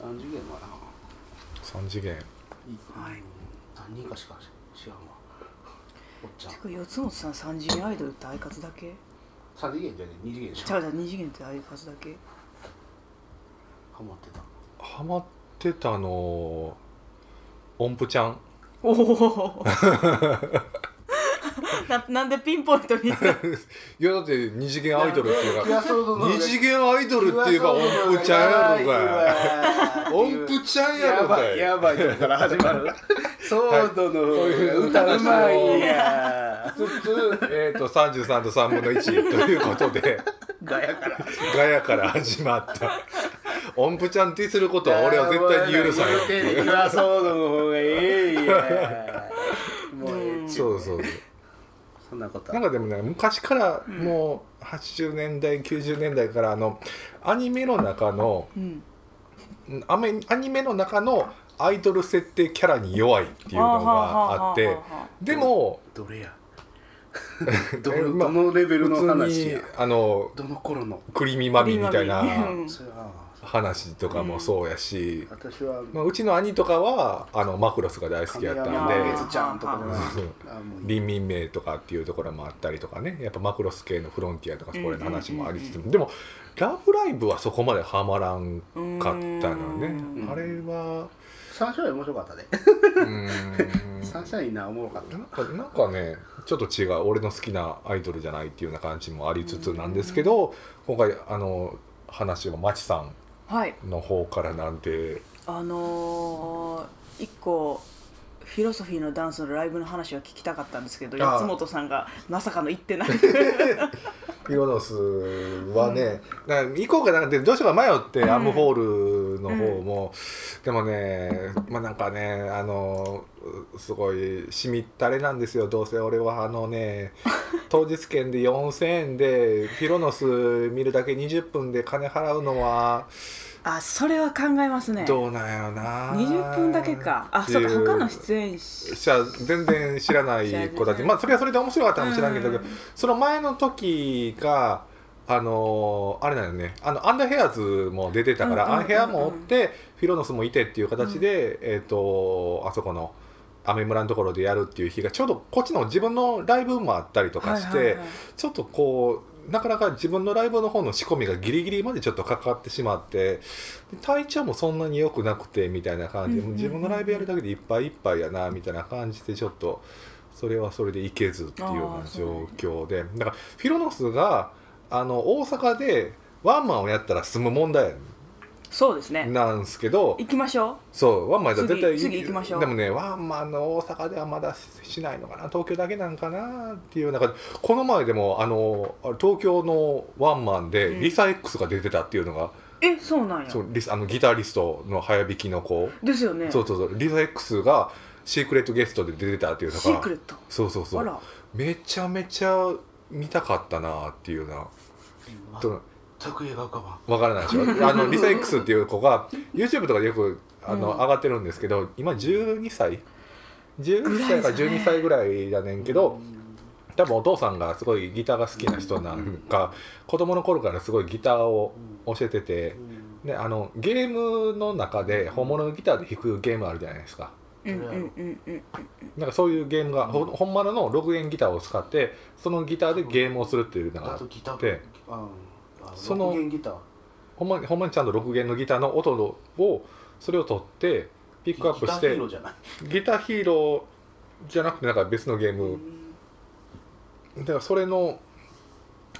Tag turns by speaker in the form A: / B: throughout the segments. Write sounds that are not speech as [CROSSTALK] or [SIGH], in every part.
A: 何次元かな
B: 3次元
C: はい
A: 何人かしか知らんわおっちゃん
C: てか四つ本さん三次元アイドルって相方だけ
A: 3次元じゃねえ2次元でし
C: ちゃ
A: ょ
C: うだ二次元って相方だけ [LAUGHS]
A: ハマってた
B: ハマってたの音符ちゃん
C: おおななんでピンポイン
B: [LAUGHS]
C: トに言った
B: いやだって二次元アイドルっていう
A: い
B: か
A: やそうそうそう
B: 二次元アイドルって言えば音符ちゃんやろかい音符ちゃんやろかい
A: やばいやばいとこから始まるソードの歌うまいや
B: つつ、えー、と33と3分の1ということで
A: ガヤから
B: ガヤから始まった音符ちゃんってすることは俺は絶対に許さない
A: い言わそうの方がいいやもうええっちゅ
B: そうそうそう
A: そんなこと
B: なんかでもね昔からもう80年代90年代からあのアニメの中の
C: うん
B: うんアメアニメの中のアイドル設定キャラに弱いっていうの
C: は
B: があっ
C: は
B: て
C: ははは
B: でも
A: どれ
B: [LAUGHS]
A: やど
B: え
A: の
B: まあ
A: どのレベルの
B: 普通
A: 話
B: に
A: や
B: あの
A: どの頃の
B: クリミマミみたいな
C: クリミマミうん
A: それは
B: 話とかもそうやし、
A: 私は
B: まあ、うちの兄とかはあのマクロスが大好きやった
A: カメラ
B: ん
A: マン
B: で
A: のやつちゃんとかね
B: そうそう
A: あもう
B: 林民名とかっていうところもあったりとかねやっぱマクロス系のフロンティアとかそこら辺の話もありつつも、でも「ラブライブ!」はそこまでハマらんかったのよ
C: う
B: ね
A: ん
B: あれ
A: [LAUGHS]
B: は
A: サンシャイン面白かったね
B: うーん
A: サンシャインなおもろかった
B: なんかなんかねちょっと違う俺の好きなアイドルじゃないっていうような感じもありつつなんですけど今回あの話はまちさ
C: はい
B: んの方からなんて
C: あのー、一個フィロソフィーのダンスのライブの話は聞きたかったんですけど
B: ああ
C: 八本さんがまさかの言っ
B: [LAUGHS]
C: てない
B: ピロノスはね、なんか行こうかなってどうしようか迷って、
C: うん
B: アームホールの方も、でもねまあなんかねあのすごいしみったれなんですよどうせ俺はあの [LAUGHS] ね当日券で4,000円でピロノス見るだけ20分で金払うのは
C: あそれは考えますね
B: どうなんやろな
C: 20分だけかあそうか
B: ってい
C: 他の出演者
B: 者全然知らない子たちまあそれはそれで面白かったかもしれないけど、
C: うん
B: その前の時があのーあれだよねあのアンダーヘアーズも出てたから、
C: うんうんうんうん
B: アンヘアもおってフィロノスもいてっていう形で、えっ、とあそこの。アメ村のところでやるっていう日がちょうどこっちの自分のライブもあったりとかして、
C: はいはいはい
B: ちょっとこうなかなか自分のライブの方の仕込みがギリギリまでちょっとかかってしまってで体調もそんなに良くなくてみたいな感じで、
C: うんうんうん
B: 自分のライブやるだけでいっぱいいっぱいやなみたいな感じでちょっとそれはそれでいけずっていうよう
C: あ
B: な
C: ーそうなん
B: 状
C: だ
B: 況でだからフィロノスがあの大阪でワンマンをやったら済む問題
C: そうですね
B: なんですけど
C: 行きましょ
B: そうワンマンやったら絶対
C: 次次行きましょう
B: でもねワンマンの大阪ではまだしないのかな東京だけなんかなっていう中でこの前でもあのあれ東京のワンマン
C: う
B: で
C: ん
B: リサ X が出てたっていうのが、
C: うえそうなんや
B: そうリサあのギタリストの早弾きの子、
C: ですよね
B: そうそうそうリサ X がシークレットゲストで出てたっていうのが
C: シークレット
B: そうそうそ
C: あ
B: う
C: ら
B: めちゃめちゃ見たかったなっていうなと
A: 全く映画浮かばん
B: わからないでし
C: [LAUGHS]
B: ょあのリサ X っていう子が YouTube とかでよくあの、
C: うん
B: 上がってるんですけど今12歳11歳か
C: ぐらいですね
B: 12歳ぐらいだねんけど、多分お父さんがすごいギターが好きな人なんか、子供の頃からすごいギターを教えてて、であのゲームの中で本物のギターで弾くゲームあるじゃないですか
C: うんうんうんうん
B: なんかそういうゲームが、ほ本物の6弦ギターを使ってそのギターでゲームをするっていうのがあ
A: あ
B: っ
A: とギター
B: で
A: ああ
B: その
A: 六弦ギター
B: ほんまにほんまにちゃんと6弦のギターの音をそれを取ってピックアップし
A: ギターヒ
B: て
A: ーローじゃない
B: ギターヒーローじゃなくてなんか別のゲームだからそれの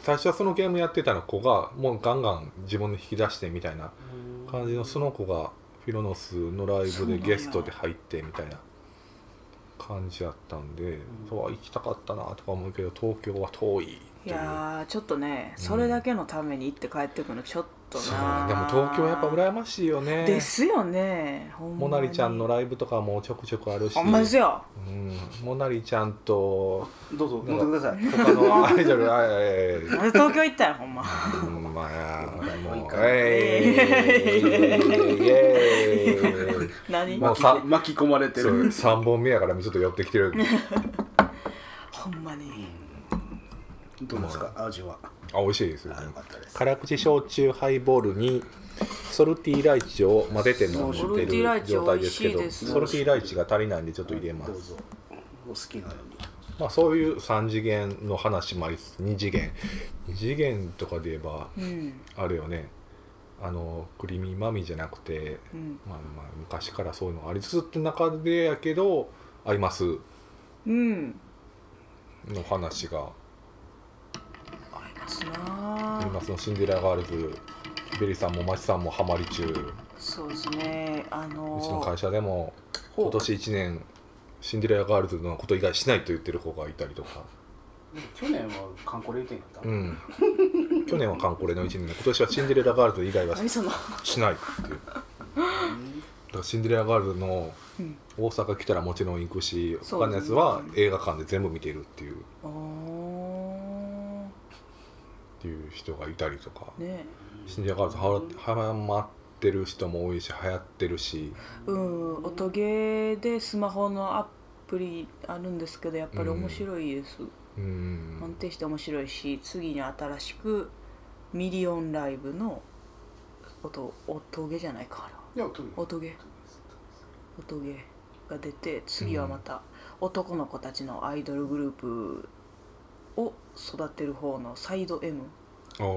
B: 最初はそのゲームやってたの子がもうガンガン自分で引き出してみたいな感じのその子がフィロノスのライブでゲストで入ってみたいな感じやったんで
A: ん
B: そう行きたかったなとか思うけど東京は遠い
C: い
B: という
C: やーちょっとねそれだけのために行って帰ってくのちょっと
B: そう
C: な
B: でも東京やっぱ羨ましいよね
C: ですよねほんまに
B: モナリちゃんのライブとかもちょくちょくあるし
C: ほんまですよ
B: うん、モナリちゃんと
A: どうぞ飲んでください
B: 他のアイド
C: [LAUGHS]
B: ルあええ
C: なんで東京行ったんやほんま
B: うんまあ
A: も
B: も
A: う一
B: う
A: 回
B: えいえい
C: 何、
B: まあさ
A: 巻き込まれて
B: そ
A: る
B: う三本目やからちょっと寄ってきてる
C: ほんまに
A: どうですか味は
B: あ美味しいですよ
A: あよかったです
B: 辛口焼酎ハイボールにソルティライチを混ぜて飲んで
A: ソル
C: ティライ
B: る
C: チ
B: 状態ですけ
C: 美
B: ど
C: 味しいです
B: ソルティライチが足りないんでちょっと入れま
A: どう
B: す、
A: ぞお好きなように
B: まあ、そういう3次元の話もありつつ2次元2次元とかで言えば
C: うん
B: あれよねあのクリーミーマミじゃなくて、
C: うん
B: まあ、まあ昔からそういうのありつつって中でやけど「あります
C: うん
B: の話が
C: ありますな
B: 「ア
C: あ
B: リマスのシンデレラガールズ」ベリーさんもマチさんもハマり中う
C: そうですねあの
B: ちの会社でも今年1年シンデレラガールズのこと以外しないと言ってる子がいたりとか、
A: 去年は観光で言ってんかった、
B: うん、去年はカンコレの1年で今年はシンデレラガールズ以外は
C: 何その
B: しないっていうだからシンデレラガールズの
C: うん
B: 大阪来たらもちろん行くし
C: そう
B: 他のやつは映画館で全部見てるっていうっ
C: お
B: ていう人がいたりとか、
C: ーね
B: シンデレラガールズはまはまってる人も多いし流行ってるし
C: うん音ゲーでスマホのアプリあるんですけどやっぱり面白いです、
B: うん
C: 安定して面白いし次に新しくミリオンライブの音音ゲーじゃないかあれはい
A: やとにかく
C: 音ゲー音ゲーが出て次はまた男の子たちのアイドルグループを育てる方のサイド M
B: お
C: っ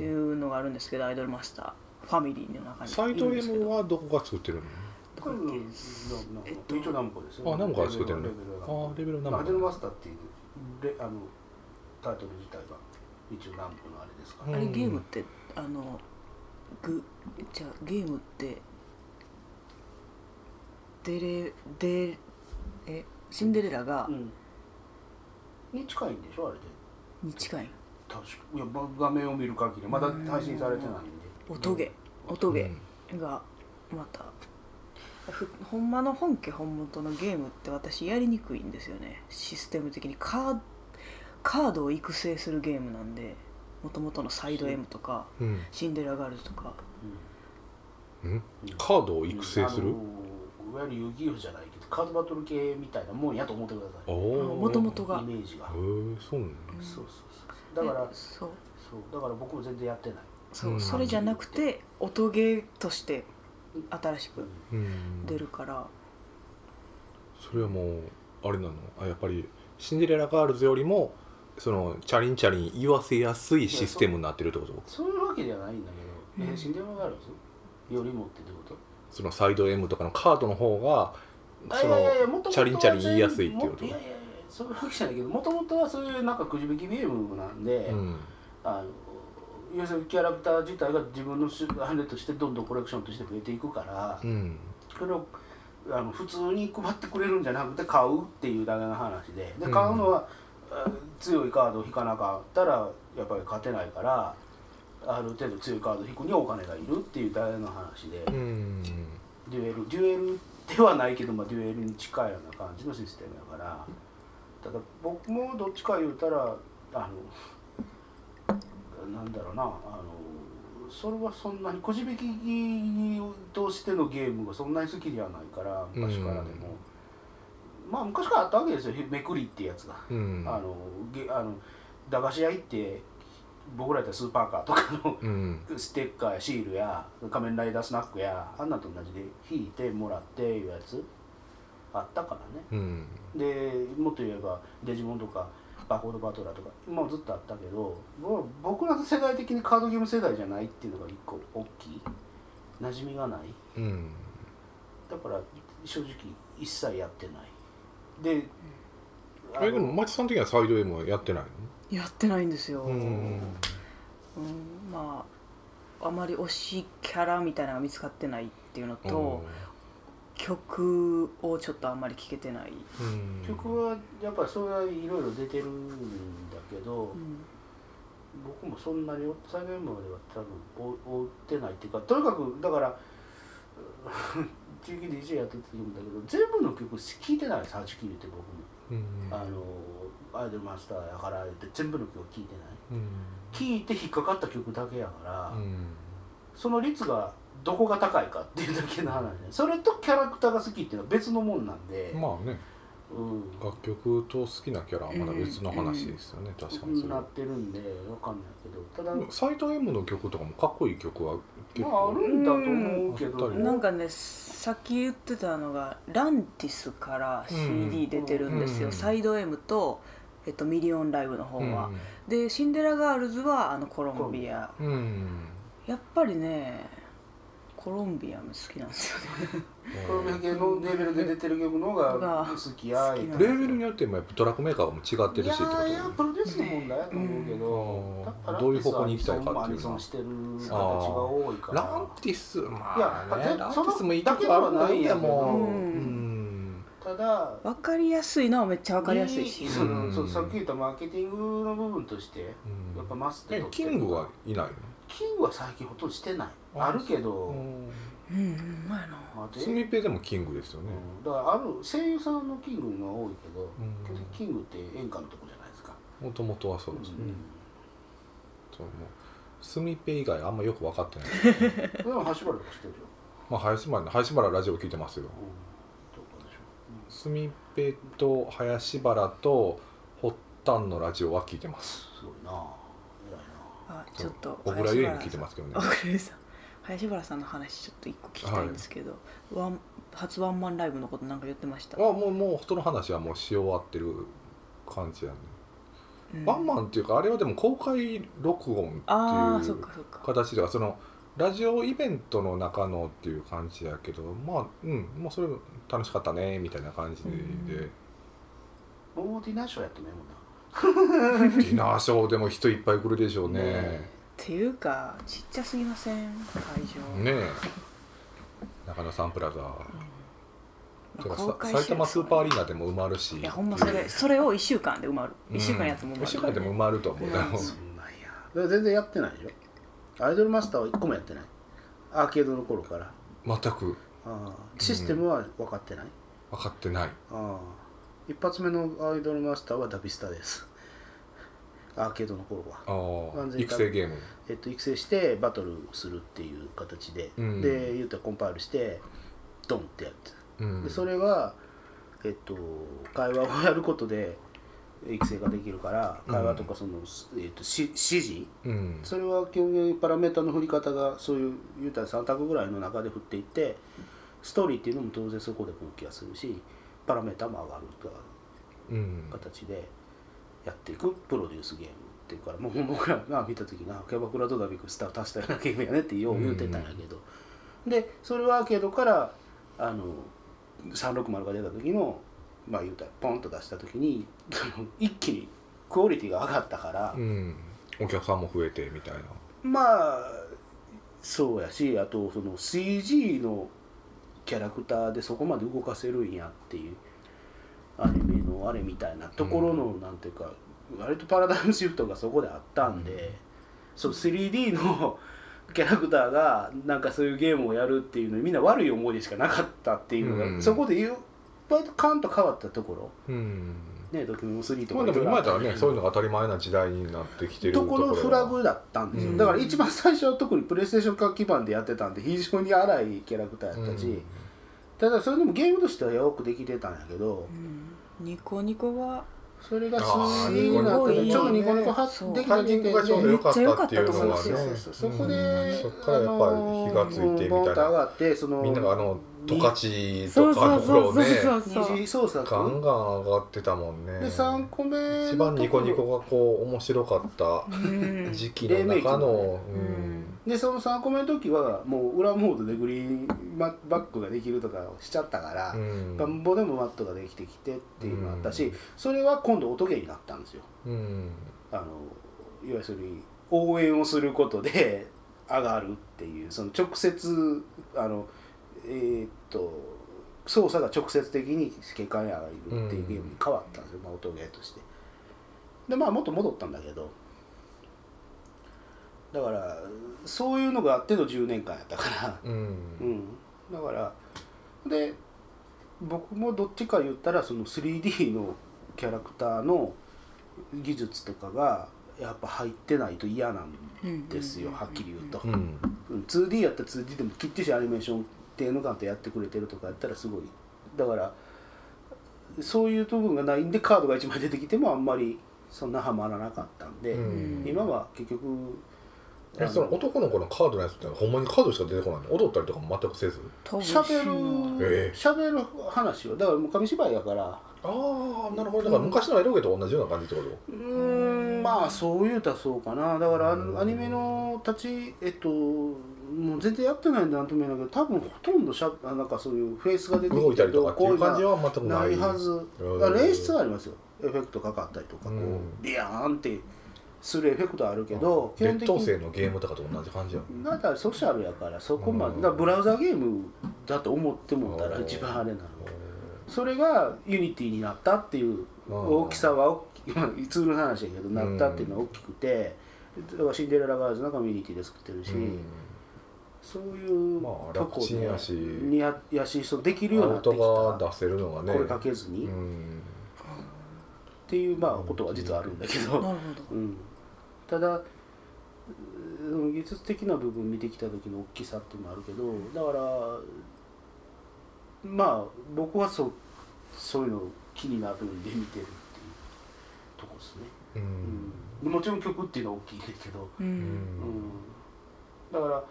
B: ー
C: いうのがあるんですけどアイドルマスターファミリーの中に
B: サイト
C: いるんですけ
B: M
C: ど
B: はどこが作ってるの
C: ど
A: こ
C: こ
A: れ
C: だ
A: の
C: っけえっと
A: 一応ナンボですよ、
B: あナムコが作ってるの
A: レベル
B: あ
A: は
B: ーレベルナ
A: ア
B: ム
A: イドル
B: コ
A: マスターっていうレあのタイトル自体が一応ナンボのあれですから、
B: う
C: あ
B: ん
C: れゲームってあのグじゃあゲームってデレデえシンデレラが
A: うんに近いんでしょあれで
C: に近い
A: 確かいやば画面を見る限りまだ配信されてないんで
C: 音ゲ音ゲがまたふほんまの本家本元のゲームって私やりにくいんですよねシステム的にカーカードを育成するゲームなんでもともとのサイド M とか
B: うん
C: シンデレラガールズとか
B: うんカードを育成する、
A: うんあのいわゆる遊戯王じゃないけどカードバトル系みたいなもんやと思ってください
B: も
C: 元々が
A: イメージが、
B: へえそうなの
A: そうそうそうだから
C: えそう
A: そうだから僕も全然やってない
C: そう、
B: うん
C: それじゃなくて音ゲーとして新しく
B: うん
C: 出るから、
B: それはもうあれなのあやっぱりシンデレラガールズよりもそのチャリンチャリン言わせやすいシステムになってるってこと
A: そういうわけじゃないんだけど、
C: う
A: え
C: ん
A: 死んでもがあるんですよりもってどういうこと
B: そのサイド M とかのカードの方が
A: あ
B: そ
A: いやいやいやも
B: の
A: ともと
B: チャリンチャリン言いやすいっていうこ
A: も
B: と
A: やいやいやそういうわけじゃないけどもともとはそういうなんかくじ引きゲームなんで、
B: うん
A: あの要するにキャラクター自体が自分の種羽としてどんどんコレクションとして増えていくから、
B: うん
A: それをあの普通に配ってくれるんじゃなくて買うっていうだけの話でで
B: うん
A: 買うのは、あ強いカードを引かなかったらやっぱり勝てないからある程度強いカード引くにはお金がいるっていうだけの話で、
B: うん
A: デュエルデュエルではないけど、まあ、デュエルに近いような感じのシステムだからただ僕もどっちか言うたらあのなんだろうなあのそれはそんなにくじ引きとしてのゲームがそんなに好きではないから昔からでも、まあ昔からあったわけですよめくりってやつが。
B: うん
A: あのげあの駄菓子屋行って僕らやったらスーパーカーとかの
B: うん
A: ステッカーやシールや仮面ライダースナックやあんなと同じで引いてもらっていうやつあったからね
B: うん
A: でもっと言えばデジモンとかバコードバトラーとかもうずっとあったけどもう僕らの世代的にカードゲーム世代じゃないっていうのが一個大きい馴染みがない
B: うん
A: だから正直一切やってないであの
B: えでも町さん的にはサイド M はやってない
C: やってないんですよ、
B: のうん
C: うんまああまり推しキャラみたいなのが見つかってないっていうのと、曲をちょっとあんまり聴けてない、
B: うん
A: 曲はやっぱりそれはいろいろ出てるんだけど、
C: うん
A: 僕もそんなに再現までは多分追追ってないっていうかとにかくだから [LAUGHS] 地域 DJ やってた時もだけど全部の曲聴いてないですはっきり言って僕も、
B: うん
A: あのアイドルマスターやから言って全部の曲聴いてない
B: うん
A: 聴いて引っかかった曲だけやから、
B: うん
A: その率がどこが高いかっていうだけの話ねそれとキャラクターが好きっていうのは別のもんなんで、
B: まあね
A: うん
B: 楽曲と好きなキャラはまだ別の話ですよね、確かにそれ
A: な
B: は
A: ってるんでわかんないけどただ
B: 斎藤 M の曲とかもかっこいい曲は結
A: まああ
B: 構、
A: るんだと思うけ
B: う
A: ど
B: ん
C: なんかねさっき言ってたのがランティスから CD 出てるんですよ、
B: うん
C: サイド M と、えっと、ミリオンライブの方は、でシンデレラガールズはあのコロンビア
B: うん、うん
C: やっぱりねコロンビアも好きなんですよね
A: コロンビア系のレベルで出てる曲の方が好きや
C: が
A: 言う
C: 好き
B: レーベルによってもやっぱトラックメーカーも違って
A: い
B: るしってこと
A: やい
B: で
A: やプロデュースの問題やと思うけ
B: う
A: ど
B: ん
A: だから
B: どういう方向に行きたいかっていうのは
A: アニソンしてる形が多いから
B: ランティスま
A: いや
B: あ
A: まあ
B: ね
A: で
B: ランテ
A: その
B: ィスもいい曲あるんだけども
C: うん
B: うん
A: ただ
C: 分かりやすいのはめっちゃ分かりやすいし、
A: その
B: うん
A: そうさっき言ったマーケティングの部分としてや
B: うん
A: っぱマスって
B: え
A: 取って
B: キ
A: る
B: ングはいない
A: キングは最近ほとんどしてない
B: あ
A: あるけど、
B: の
C: うんうんうまいな
A: まあで
B: スミペでもキングですよね
A: うんだからある声優さんのキングが多いけど、
B: うん
A: 基本的にキングって演歌のとこじゃないですか、
B: もともとはそうですね
A: う
B: そうもうスミペ以外あんまよく分かってない
A: ん、でも橋原とか知ってるよ、
B: まあ林原林原ラジオ聞いてます
A: う
B: よ
A: ん、どこでしょ
B: スミペと林原と発端のラジオは聞いてます
A: う、うん、すごいな偉いな
C: あちょっと
B: 小倉優衣も聞
C: 林
B: いて
C: 原
B: ますけどね
C: 小倉優衣さん林原さんの話ちょっと一個聞きたいんですけど、ワン初ワンマンライブのことなんか言ってました
B: あもうもう人の話はもうし終わってる感じやね、
C: うん
B: ワンマンっていうかあれはでも公開録音っ
C: ああ
B: てい
C: そっ
B: う
C: かそっか
B: 形ではそのラジオイベントの中のっていう感じやけどまあうんもうそれ楽しかったねみたいな感じで、
C: うん
B: デ
A: もうディナーショーやってもええもんな
B: ィナーショーでも人いっぱい来るでしょうねね
A: ね
C: っていうかちっちゃすぎません会場、
B: え中野サンプラザ、てか
C: 公
B: さ
C: 開
B: 埼玉スーパーアリー
C: ナ
B: ナでも埋まるし
C: いやほんまそれそれを1週間で埋まる1週間のやつも埋まる、
B: 1週間でも埋まると思う、
C: うん
B: でも
A: そんなんやだから全然やってないでしょアイドルマスターは1個もやってないアーケードの頃から
B: 全く
A: ああシステムは分かってない、
B: 分かってない
A: ああ一発目のアイドルマスターはダビスタですアーケードの頃は
B: あ
A: 完
B: ー
A: 全に
B: 育成ゲーム
A: えっと、育成してバトルするっていう形で、
B: うん
A: で言うたらコンパイルしてドンってやって
B: うん
A: でそれは、えっと、会話をやることで育成ができるから
B: うん
A: 会話とかその、えっと、し指示
B: うん
A: それは基本的にパラメータの振り方がそういう言うたら3択ぐらいの中で振っていってストーリーっていうのも当然そこで来る気がするしパラメータも上がると
B: うん
A: 形でやっていくプロデュースゲームっていうからもう [LAUGHS] 僕らが見た時がキャバクラとダビックスター足したようなゲームやねってよう言うてたんやけど、でそれはアーケードからあの360が出た時のまあ言うたらポンと出した時に [LAUGHS] 一気にクオリティが上がったから、
B: うん、お客さんも増えてみたいな
A: まあそうやしあとその CG のキャラクターでそこまで動かせるんやっていうアニメのあれみたいなところの、なんていうか割とパラダイムシフトがそこであったんで、その 3D のキャラクターがなんかそういうゲームをやるっていうのにみんな悪い思いでしかなかったっていうのが、
B: うん
A: そこで言う割とカンと変わったところ
B: うん
A: ねドキュメント3と
B: ま
A: か
B: あでも
A: いろいろ
B: 今
A: あっ
B: やったら
A: んだ
B: ね
A: けど
B: そういうのが当たり前な時代になってきてる
A: と
B: と
A: こ
B: こ
A: ろ
B: ろ
A: フラグだったんですよ、
B: うん
A: だから一番最初は特にプレイステーション化基盤でやってたんで非常に荒いキャラクターやったし、ただそれでもゲームとしてはよくできてたんやけど
C: うんニコニコは
A: それが
B: あ
A: 数
B: ー
A: 字になっ
C: ニコ
A: て
C: ニコね
A: ちょうどニコニコは
C: そう
A: でき
B: タ
A: た
B: イミ
A: 時点
B: ン
A: で
B: グがちょうど良かったっていうのはね
A: そうそうそうそこで、
B: うんそっからやっぱり火がついてみ
A: ボン
B: た
A: と
B: い
A: 上
B: な
A: がってその
B: みんながあの十勝
C: そう
B: とか
C: そ
B: の
C: う
B: 風呂
C: そう
B: を
C: そ
B: ね
C: うそうそう
A: 二次創作
B: ガンガン上がってたもんね
A: で3個目の
B: 一番ニコニコがこう面白かった
C: うん
B: [LAUGHS] 時期の中の
C: 黎明期のね
A: でその3個目の時はもう裏モードでグリーンバックができるとかしちゃったから、
B: うん
A: ガンボでもマットができてきてっていうのがあったし、
B: うん
A: それは今度音ゲーになったんですよ
B: うん
A: あのいわゆる応援をすることで [LAUGHS] 上がるっていうその直接あのえーっと操作が直接的に結果に上がるっていうゲームに変わったんですよ、まあ、音ゲーとしてでまあもっと戻ったんだけどだからそういうのがあっての10年間やったから
B: うんうん
A: うん、だからで僕もどっちか言ったらその 3D のキャラクターの技術とかがやっぱ入ってないと嫌なんですよ、
C: うん
A: はっきり言うと、
B: うん
A: 2D やったら 2D でもきっちりアニメーションっていうのがあってやってくれてるとかやったらすごいだからそういう部分がないんでカードが1枚出てきてもあんまりそんなハマらなかったんで、
B: うん
A: 今は結局
B: えその男の子のカードのやつってのはほんまにカードしか出てこないの踊ったりとかも全くせず
C: 多分
A: しゃべ
B: ええ
A: るしゃべる話をだからもう紙芝居やから
B: ああなるほどだから昔のエロゲと同じような感じってこと
A: うーんまあそう言うたらそうかなだからあ
B: うん
A: のアニメのたちえっともう全然やってないんでなんとも言えないけど多分ほとんどしゃあなんかそういうフェイスが出て
B: 動い
A: き
B: た
A: て
B: りとかっていう感じは全くな
A: ないいはず
B: うん
A: だから演出はありますよエフェクトかかったりとかこ
B: う
A: うんビヤーンってするエフェクトはあるけど基本
B: 劣
A: 的
B: 等生
A: に
B: のゲームとかと同じ感じやん
A: だからソシャルやからそこま
B: うん
A: でだからブラウザゲームだと思ってもったら一番あれなのそれがユニティになったっていう大きさは大き今ツールの話やけどなったっていうのは大きくて、だからシンデレラガールズなんかもユニティで作ってるし、そういう
B: まあ
A: とこ
B: 楽ちんやし
A: にややしそうできるように
B: ア
A: な
B: ウ
A: ってきた
B: トが出せるのがね
A: これかけずに、
B: う
A: っ
B: ん
A: ていうまあことは実はあるんだけど、
C: なる
A: うん、ただうん技術的な部分見てきた時の大きさっていうのもあるけどだからまあ僕はそうそういうの気になるんで見てるっていうとこですね。
B: うん
A: うんもちろん曲っていうのは大きいんだけど、
C: ほど
B: う
C: う
B: んん
A: だから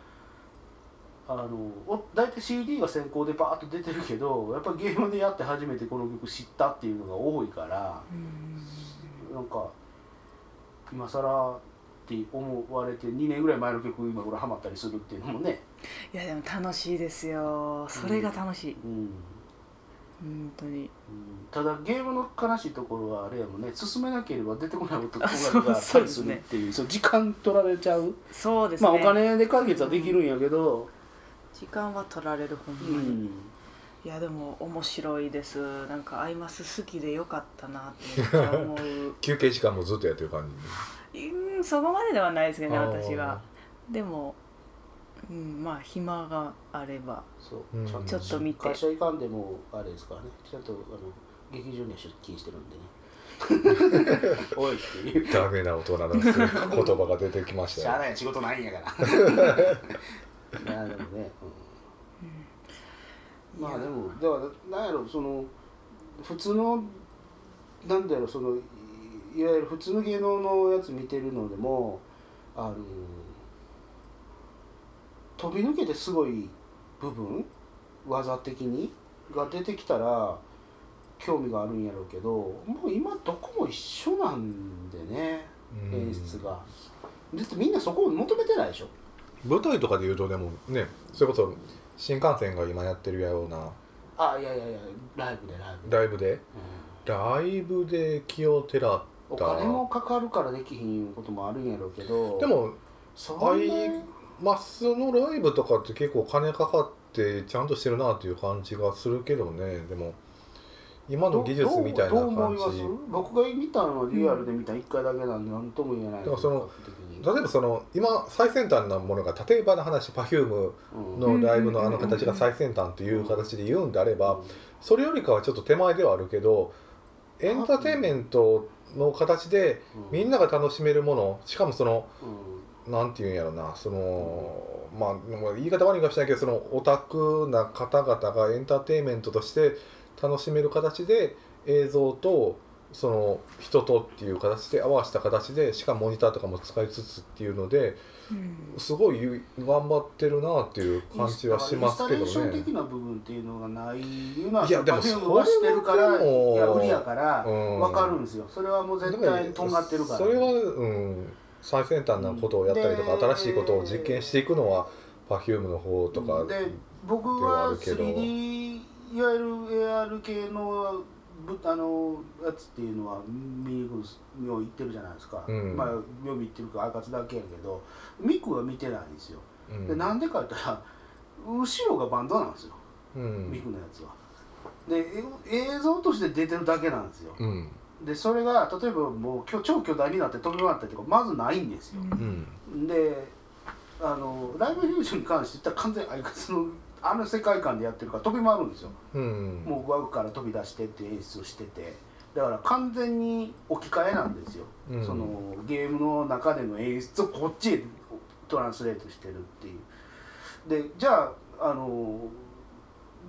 A: あのお大体 CD が先行でバーッと出てるけどやっぱゲームでやって初めてこの曲知ったっていうのが多いから
C: うん
A: なんか今更って思われて2年ぐらい前の曲今頃ハマったりするっていうのもね、
C: いやでも楽しいですよそれが楽しい
A: うん
C: 本当に
A: うんただゲームの悲しいところはあれやもんね進めなければ出てこない音が
C: あそう
A: あったりするっていうその時間取られちゃう、
C: そうです
A: ま
C: ね
A: あお金で解決はできるんやけど、
C: 時間は取られるほん
A: う
C: まに、
A: ん、
C: いやでも面白いですなんかアイマス好きでよかったなってめっちゃ
A: [LAUGHS]
C: 思う
B: 休憩時間もずっとやってる感
C: うんそこまでではないですけ
B: じ
C: どね私はでも、うん、まあ暇があれば
A: そう、
B: うん
A: ん
B: ちょ
C: っと見て
A: 会社行かんでもあれですからねちゃんとあの劇場には出勤してるんでね [LAUGHS] おいっていう
B: ダメな大人だ
A: [LAUGHS]
B: す言葉が出てきまし
A: したゃあ
B: よ
A: ない仕事ないんやからいやでもね、うん、まあでもだからなんやろその普通のなんだろうそのいいわゆる普通の芸能のやつ見てるのでもあの飛び抜けてすごい部分技的にが出てきたら興味があるんやろうけどもう今どこも一緒なんでね
B: うん
A: 演出が。だってみんなそこを求めてないでしょ。
B: 舞台とかで言うとでもねそれこそ新幹線が今やってるような
A: あいやいやいやライブでライブで、
B: ライブでライブで気をてらっ
A: うんお
B: た
A: 金もかかるからできひんこともあるんやろうけど
B: でも
A: そ
B: あ
A: ん
B: い
A: な
B: マスのライブとかって結構金かかってちゃんとしてるなっていう感じがするけどねでも今の技術みたいな
A: どうどう思
B: 感
A: い
B: じ
A: ます僕が見たのはリアルで見た1回だけなんで何とも言えない
B: だからその
A: 感覚的に
B: 例えばその今最先端なものが例えばの話 Perfume
A: うん
B: のライブのあの形が最先端っていう形で言うんであればそれよりかはちょっと手前ではあるけどエンターテインメントの形で
A: うん
B: みんなが楽しめるものしかもその
A: う
B: なんて言うんやろなその、まあまあ言い方悪いかもしれないけどそのオタクな方々がエンターテインメントとして楽しめる形で映像とその人とっていう形で合わせた形でしかもモニターとかも使いつつっていうので
C: うん
B: すごい頑張ってるなっていう感じはしますけ
A: インスタレ
B: ど
A: ーション
B: ね
A: 的。な部分っていうのがないいうのはい
B: やでも
A: Perfume はしてるから
B: それはでも
A: いや売りやから
B: うん
A: 分かるんですよそれはもう絶対とんがってるから
B: それは、うん、最先端なことをやったりとか、
A: で
B: 新しいことを実験していくのは Perfume の方とか。
A: で僕
B: ではあ
A: は
B: るけど
A: 3D いわゆる AR 系のぶあのやつっていうのは見に行くよう行ってるじゃないですか、
B: うん
A: まあ妙に行ってるかアイカツだけやけどミクは見てないんですよ、
B: うん
A: でなんでかって言ったら後ろがバンドなんですよ、
B: うん
A: ミクのやつはでえ映像として出てるだけなんですよ
B: うん
A: でそれが例えばもうきょ超巨大になって飛び回ったりとかまずないんですよ、
B: うん
A: であのライブフュージョンに関して言ったら完全にアイカツのあの世界観でやってるから飛び回るんですよ、
B: うん
A: もうワウから飛び出してっていう演出をしててだから完全に置き換えなんですよ、
B: うん
A: そのゲームの中での演出をこっちへトランスレートしてるっていうでじゃああの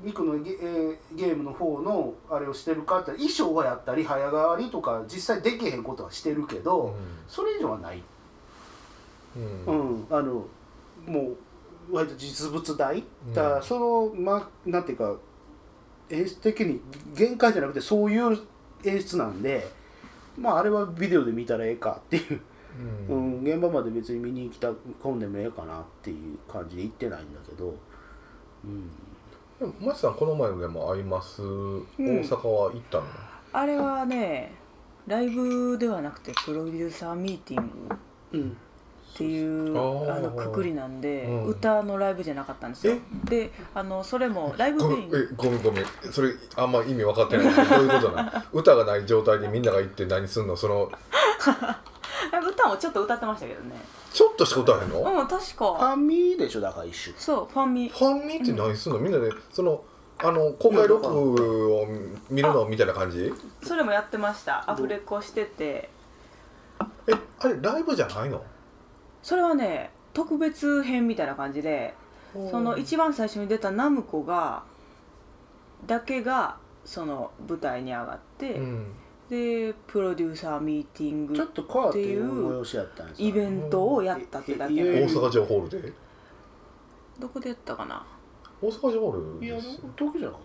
A: ミクのゲ,、えーゲームの方のあれをしてるかって衣装はやったり早変わりとか実際できへんことはしてるけど、それ以上はない、
B: うん
A: う
B: うん
A: んあのもう割と実物大、
B: うん
A: だからその、ま、なんていうか演出的に限界じゃなくてそういう演出なんでまああれはビデオで見たらええかっていう、う
B: うん
A: ん現場まで別に見に行きた込んでもええかなっていう感じで行ってないんだけど、うん、
B: でもマチさんこの前でも「アイマス」大阪は行ったの、
C: あれはねライブではなくてプロデューサーミーティン
A: う
C: グ
A: ん、
C: っていう
B: そう
C: あのくくりなんで、
B: うん
C: 歌のライブじゃなかったんですよであのそれもライブ
B: ご
C: ビュ
B: め
C: ーイン
B: んえ
C: グ
B: ごめんごめんそれあんま意味分かってないけどどういうことなの [LAUGHS] 歌がない状態でみんなが行って何すんのその
C: あ歌もちょっと歌ってましたけどね
B: ちょっとしか歌わへんの、
C: うん確か
A: 網でしょだから一種
C: そうファンミ
B: ファンミって何すんのみんなでそのあの公開録を見るのみたいな感じ
C: それもやってましたアフレコしてて
B: えあれライブじゃないの
C: それはね特別編みたいな感じでその一番最初に出たナムコがだけがその舞台に上がって、
B: うん
C: でプロデューサーミーティン
A: ちょっ
C: グ
A: と変わっていう催しやったんですよ
C: イベントをやったってだけ
A: い
C: な
A: や
C: ん
A: いや
B: 大
C: で
A: いや
B: 阪城ホールで
C: どこでやったかな
B: 大阪城ホール
A: いや
B: です
A: 東京じゃなかっ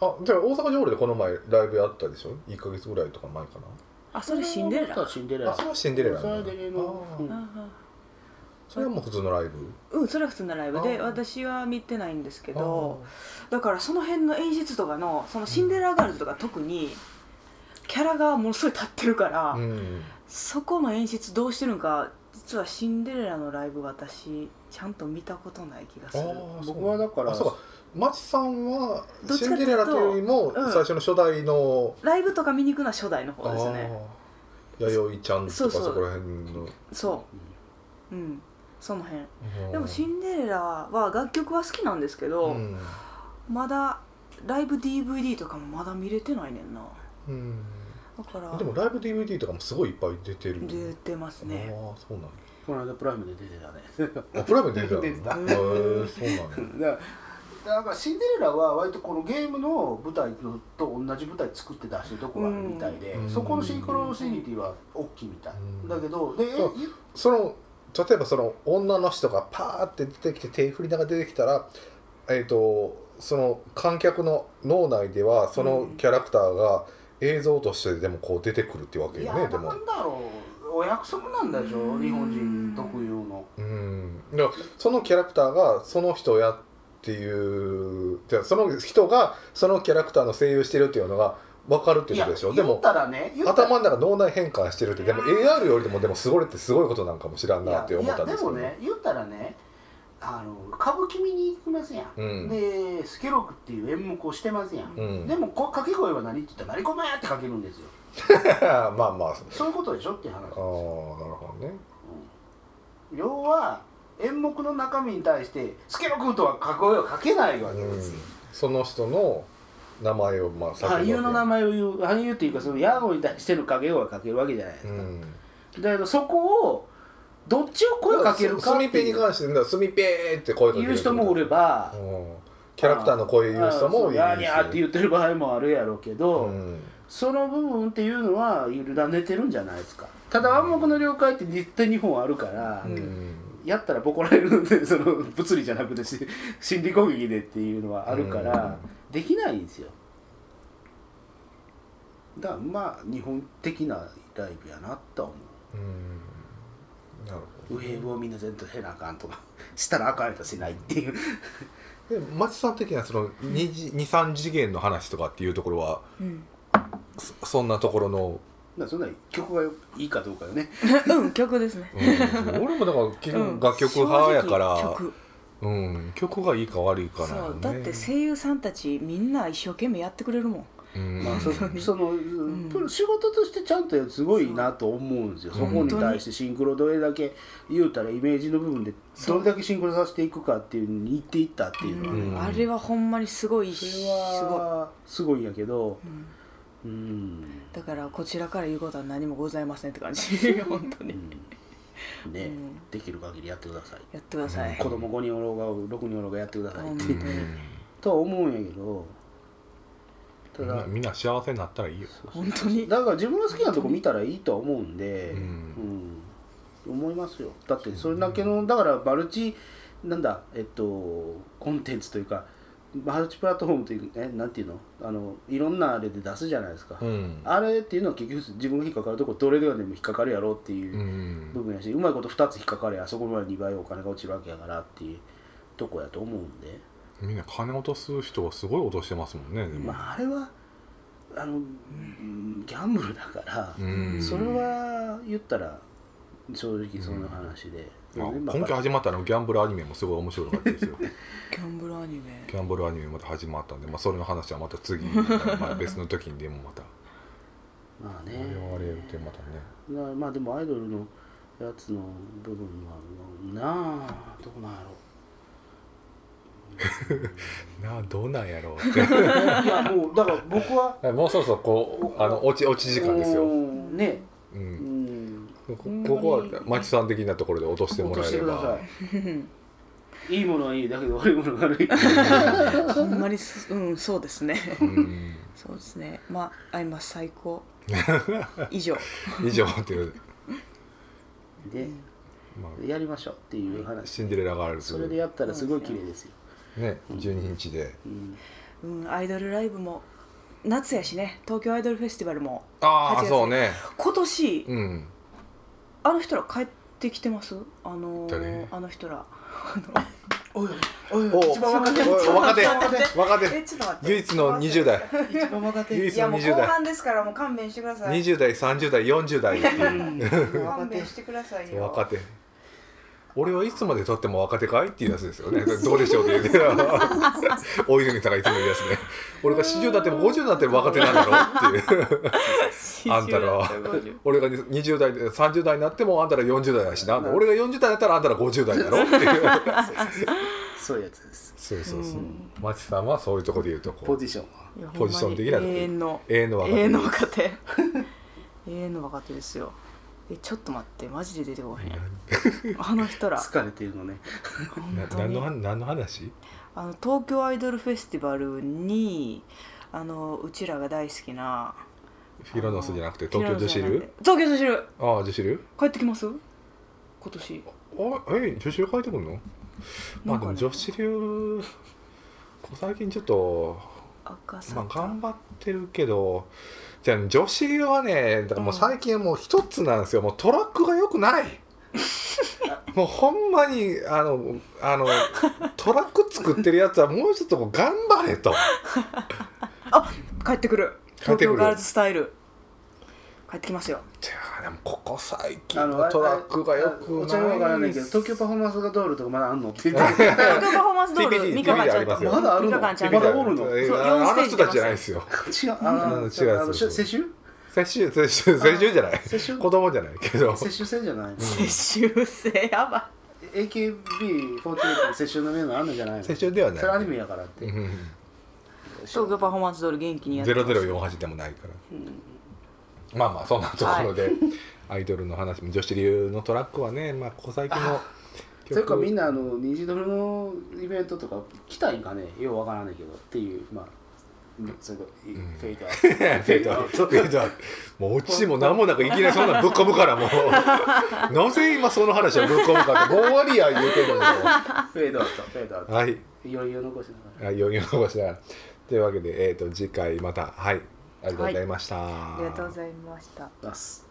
A: た
B: あじゃあ大阪城ホールでこの前ライブやったでしょ1か月ぐらいとか前か
C: あそれシンデレラ
A: シンデレ
B: な
A: ラ
B: あそれはシンデレラなん
A: そ
B: だ
A: れでの
B: あ
A: う
B: ー
A: ん
C: あ
B: それはもう普通のライブ
C: あうんそれは普通のライブで
B: ああ
C: 私は見てないんですけ
B: け
C: どだからその辺の演出とかのそのシンデレラガールズとか特にキャラがものすごい立ってるから、
B: うん
C: そこの演出どうしてるんか実はシンデレラのライブ私ちゃんと見たことない気がする
B: あー
A: 僕はだから
B: あそうかマチさんは
C: どっち
B: シ
C: か
B: ン
C: という
B: デレ
C: と
B: ラというよりも
C: うん
B: 最初の初代の
C: ライブとか見に行くのは初代の方ですね
B: あー弥生ちゃん
C: そ
B: と
C: う
B: か
C: そう
B: そこら辺の
C: そ
A: うん
C: ううんその辺
B: うん
C: でもシンデレラは楽曲は好きなんですけど、
B: うん
C: まだライブ DVD とかもまだ見れてないねんな
B: うん
C: だから
B: でもライブ DVD とかもすごいいっぱい出てる
C: 出てますね
B: ああそうなん
A: この間プライムで出てたね
B: だあプライムで出てたの
A: 出てた
B: へーそうなんだ
A: だからだからシンデレラは割とこのゲームの舞台のと同じ舞台作って出してるとこがあるみたいで、
B: うん
A: そこのシンクロシニティは大きいみたい、
B: うん
A: だけどで、え
B: うんその例えばその女の人がパーって出てきて手振りながら出てきたらえっ、とその観客の脳内ではそのキャラクターが映像としてでもこう出てくるってわけ
A: いやな
B: よね
A: ん
B: で
A: だ
B: も
A: ろうお約束なんだでしょ日本人特有の
B: うんだからそのキャラクターがその人やっていうじゃあその人がそのキャラクターの声優してるっていうのが分かるっていうことでしょ
A: い
B: で
A: や言っ
B: も
A: たらね言ったら
B: 頭の中脳内変換してるってでも AR よりでもでもすごいってすごいことなんかも知らんなって思ったんですけど
A: いやいやでもね言ったらねあの歌舞伎見に行きますやん、
B: うん
A: で「スケロク」っていう演目をしてますやん、
B: うん
A: でもこ掛け声は何って言ったら「何こまや!」ってかけるんですよ
B: [LAUGHS] まあまあああなる
A: そういうことでしょっていう話です
B: ほどね
A: 要は演目の中身に対して「スケロク」とは掛け声をかけないわけ
B: う
A: で
B: ん
A: すよ、
B: その人の名前をまあ
A: 俳優の名
B: 前
A: 前を言う俳優っていうかそのヤーゴに対しての掛け声をかけるわけじゃないです
B: う
A: か、
B: ん
A: だけどそこをどっちを声をかけるか
B: ス
A: っ
B: ミ
A: て
B: ペ
A: い
B: に
A: う
B: 関してだからスミペーって声かける
A: 言う人もおれば、
B: うんキャラクターの声言う人もいるし
A: あーそうやーにゃーって言ってる場合もあるやろうけど、
B: うん
A: その部分っていうのは委ねてるんじゃないですかただ暗黙の了解って絶対2本あるから、
B: うん
A: やったらボコられるんでその物理じゃなくてし心理攻撃でっていうのはあるから、できないんですよだからまあ日本的なライブやなとは思
B: うんなる
A: う
B: ほ
A: ウ
B: ど
A: ェーブをみんな全然せなあかんとか [LAUGHS] したらあかんやったらしないっていう [LAUGHS]
B: で松さん的にはその23次元の話とかっていうところは
C: うん、
B: そそんなところの、
A: まあそんな曲がいいかどうかよね
C: うん、曲ですね、
B: 俺もだから基
C: う
B: 本
C: ん、
B: 楽曲派やから、
C: 正直曲
B: うん、曲がいいか悪いかな
C: そ
B: の
C: う
B: ね
C: だって声優さんたちみんな一生懸命やってくれるもん
B: うん
A: まあ、そその、
C: ん
A: プロ仕事としてちゃんとすごいなと思うんですよそ
B: そう
A: こに対してシンクロどれだけ言うたらイメージの部分で
C: そう
A: どれだけシンクロさせていくかっていうのに言っていったっていうのはね、
B: ん
C: あれはほんまにすごい
A: そ
C: し
A: れ
C: すご
A: はすごいんやけど
C: い、うん、
A: うん、
C: だからこちらから言うことは何もございませんって感
A: [LAUGHS]
C: じ本当
A: う
C: に
A: んね、
C: うん
A: できる限りやってください
C: やってください
A: 子供5人おろうが6人おろうがやってくださいって
C: う
A: い
C: ん
A: う、
B: うん
A: とは思うんやけどた
B: みんな
A: だ
B: みんな幸せになったらいいよ、
A: そうそう
C: 本当に
A: だから自分が好きなとこ見たらいいとは思うんで、
B: うん
A: うん思いますよだってそれだけのだからマルチなんだえっとコンテンツというかマルチプラットフォームというえなんていうのあのいろんなあれで出すじゃないですか、
B: うん
A: あれっていうのは結局自分が引っかかるとこどれでも引っかかるやろうっていうう部
B: ん、
A: 分やし、うまいこと2つ引っかかれあそこまで2倍お金が落ちるわけやからっていうとこやと思うんで、
B: みんな金落とす人をすごい落としてますもんねでも、
A: まああれはあの、うんギャンブルだから、
B: うん
A: それは言ったら正直その話で、
B: まあ
A: でまあ
B: 今回始まったのギャンブルアニメもすごい面白かったです
A: [LAUGHS]
B: よ
C: ギャンブルアニメ
B: ギャンブルアニメまた始まったんで、まあ、それの話はまた
A: [LAUGHS]
B: 次、まあ、別の時にでもまた
A: まあね
B: 我々はてまたね
A: だからまあでもアイドルのやつの部分はなあどうなんやろ
B: なあどうなんやろうって [LAUGHS]
A: ういやもうだから僕は
B: もうそろそろこうあの落ち落ち時間ですよ、
A: うんね
B: う、
A: うんん
B: こ
A: ほんまに
B: ここはマチさん的なところで落としても
A: 落と
B: ら
A: して
B: えれ
A: くだ
B: ば
A: さ [LAUGHS] いいいものはいいだけど悪いものは [LAUGHS] 悪い
C: ほんまにすうんそうですね
B: うん
C: そうですねまああります最
B: [LAUGHS]
C: 高以上
B: 以上っていう、
A: で
B: まあ、
A: やりましょうっていう話
B: シンデレラガールズ
A: それでやったらすごい綺麗ですよ、
B: ね12日で、
A: うん、
C: うんアイドルライブも夏やしね東京アイドルフェスティバルも
B: あ
C: 8
B: あ
C: 月
B: そうね
C: 今年
B: うん
C: あの人ら帰ってきてますあのー
B: 誰
C: あの人ら
A: おい
C: おい
B: お
A: 一番若手
B: おい
A: [LAUGHS]
B: 若手若手
C: えちょっと待って
B: 唯一の20代
A: 一番若手
B: 唯
C: い
B: 一
C: や
B: の
C: もう
B: 20
C: 後
B: 代
C: 半ですからもう勘弁してください
B: 20代30代40代っていう
C: 勘弁してくださいよ
B: 若手俺はいつまでとっても若手かいっていうやつですよねどうでしょうってい
A: [LAUGHS]
B: うね大泉さんがいつも言うやつね俺が40だっても50だっても若手なんだろうっていう
C: [LAUGHS]
B: あんたらは俺が20代で30代になってもあんたら40代だしな俺が40代だったらあんたら50代だろっていう
A: そういうやつです
B: そうそうそううんマチさんはそういうところで言うとこ
A: ポ
B: う
A: ジションはい
C: や
B: ポジション的な
C: ほんまに永遠の
B: 永遠の若
C: 永
B: 手
C: 遠の若手 [LAUGHS] 永遠の若手ですよえちょっと待ってマジで出てこへんあの人ら
A: 疲れてるのね
B: な
C: 本当
B: 何
C: に
B: の話何の話
C: あの東京アイドルフェスティバルにあのうちらが大好きな
B: フィロノスじゃなくて東京女子
C: 平野
B: 流
C: さんなんて東京女子流
B: ああ女子流
C: 帰ってきます今年
B: あえ女子流書いてくんのまあでも女子流こう最近ちょっと、
C: 赤さ
B: まあ、頑張ってるけどじゃあ女子流はねだからもう
C: うん
B: 最近はもう一つなんですよもうトラックが良く [LAUGHS] ないもうほんまにあのあのトラック作ってるやつはもうちょっとこう頑張れと
C: 帰ってくる
B: 帰っ
C: 東
B: てくる
C: 京ガールズスタイル帰ってきますよ
B: じゃあでもここ最近のトラックが良く
A: お茶はわから
B: な
A: ない
B: い
A: けど東京パフォーマンスがドールとかまだあんのって言って
C: 東京パフォーマンスドー
B: TPD
C: ル三日間ちゃん
B: ありますよ
C: と
A: まだあるの
C: 三日間ちゃん
A: まだ
C: と
A: おるの
B: え
C: そう
B: ああの
C: 四ステージ
B: 人たちじゃないですよ
A: 違うあ
B: うん違う
A: の
B: やつ
A: あの
B: そうそう
A: 接種
B: 接種接種接種じゃない
A: 接種
B: 子供じゃないけど
A: 接種制じゃないの
C: [LAUGHS] 接種性やば
A: AKB48 の接種の面のあんのじゃないの
B: 接種ではない
A: それアニメやからって
B: うん
C: 東京パフォーマンスドール元気にやってます
B: 0048でもないから、まあまあそんなところで、アイドルの話も女子流のトラックはねまあここ最近の
A: それか
B: [LAUGHS]
A: みん
B: な
A: なあの虹ドルのイベントとか来たいんかねようわからないけどっていうまあそれとフェイトアウト
B: フェイトアウトフェイトアウトもううちも何もなくいきなりそんなんぶっ込むからもうなぜ今その話をぶっ込むかって5割や言うてるのに
A: フェイドアウトフェイドアウト
B: はい
A: 余裕残しながら
B: はい余裕を残しながらというわけで、えー、と次回またはいありがとうございました、
C: ありがとうございました
A: 出す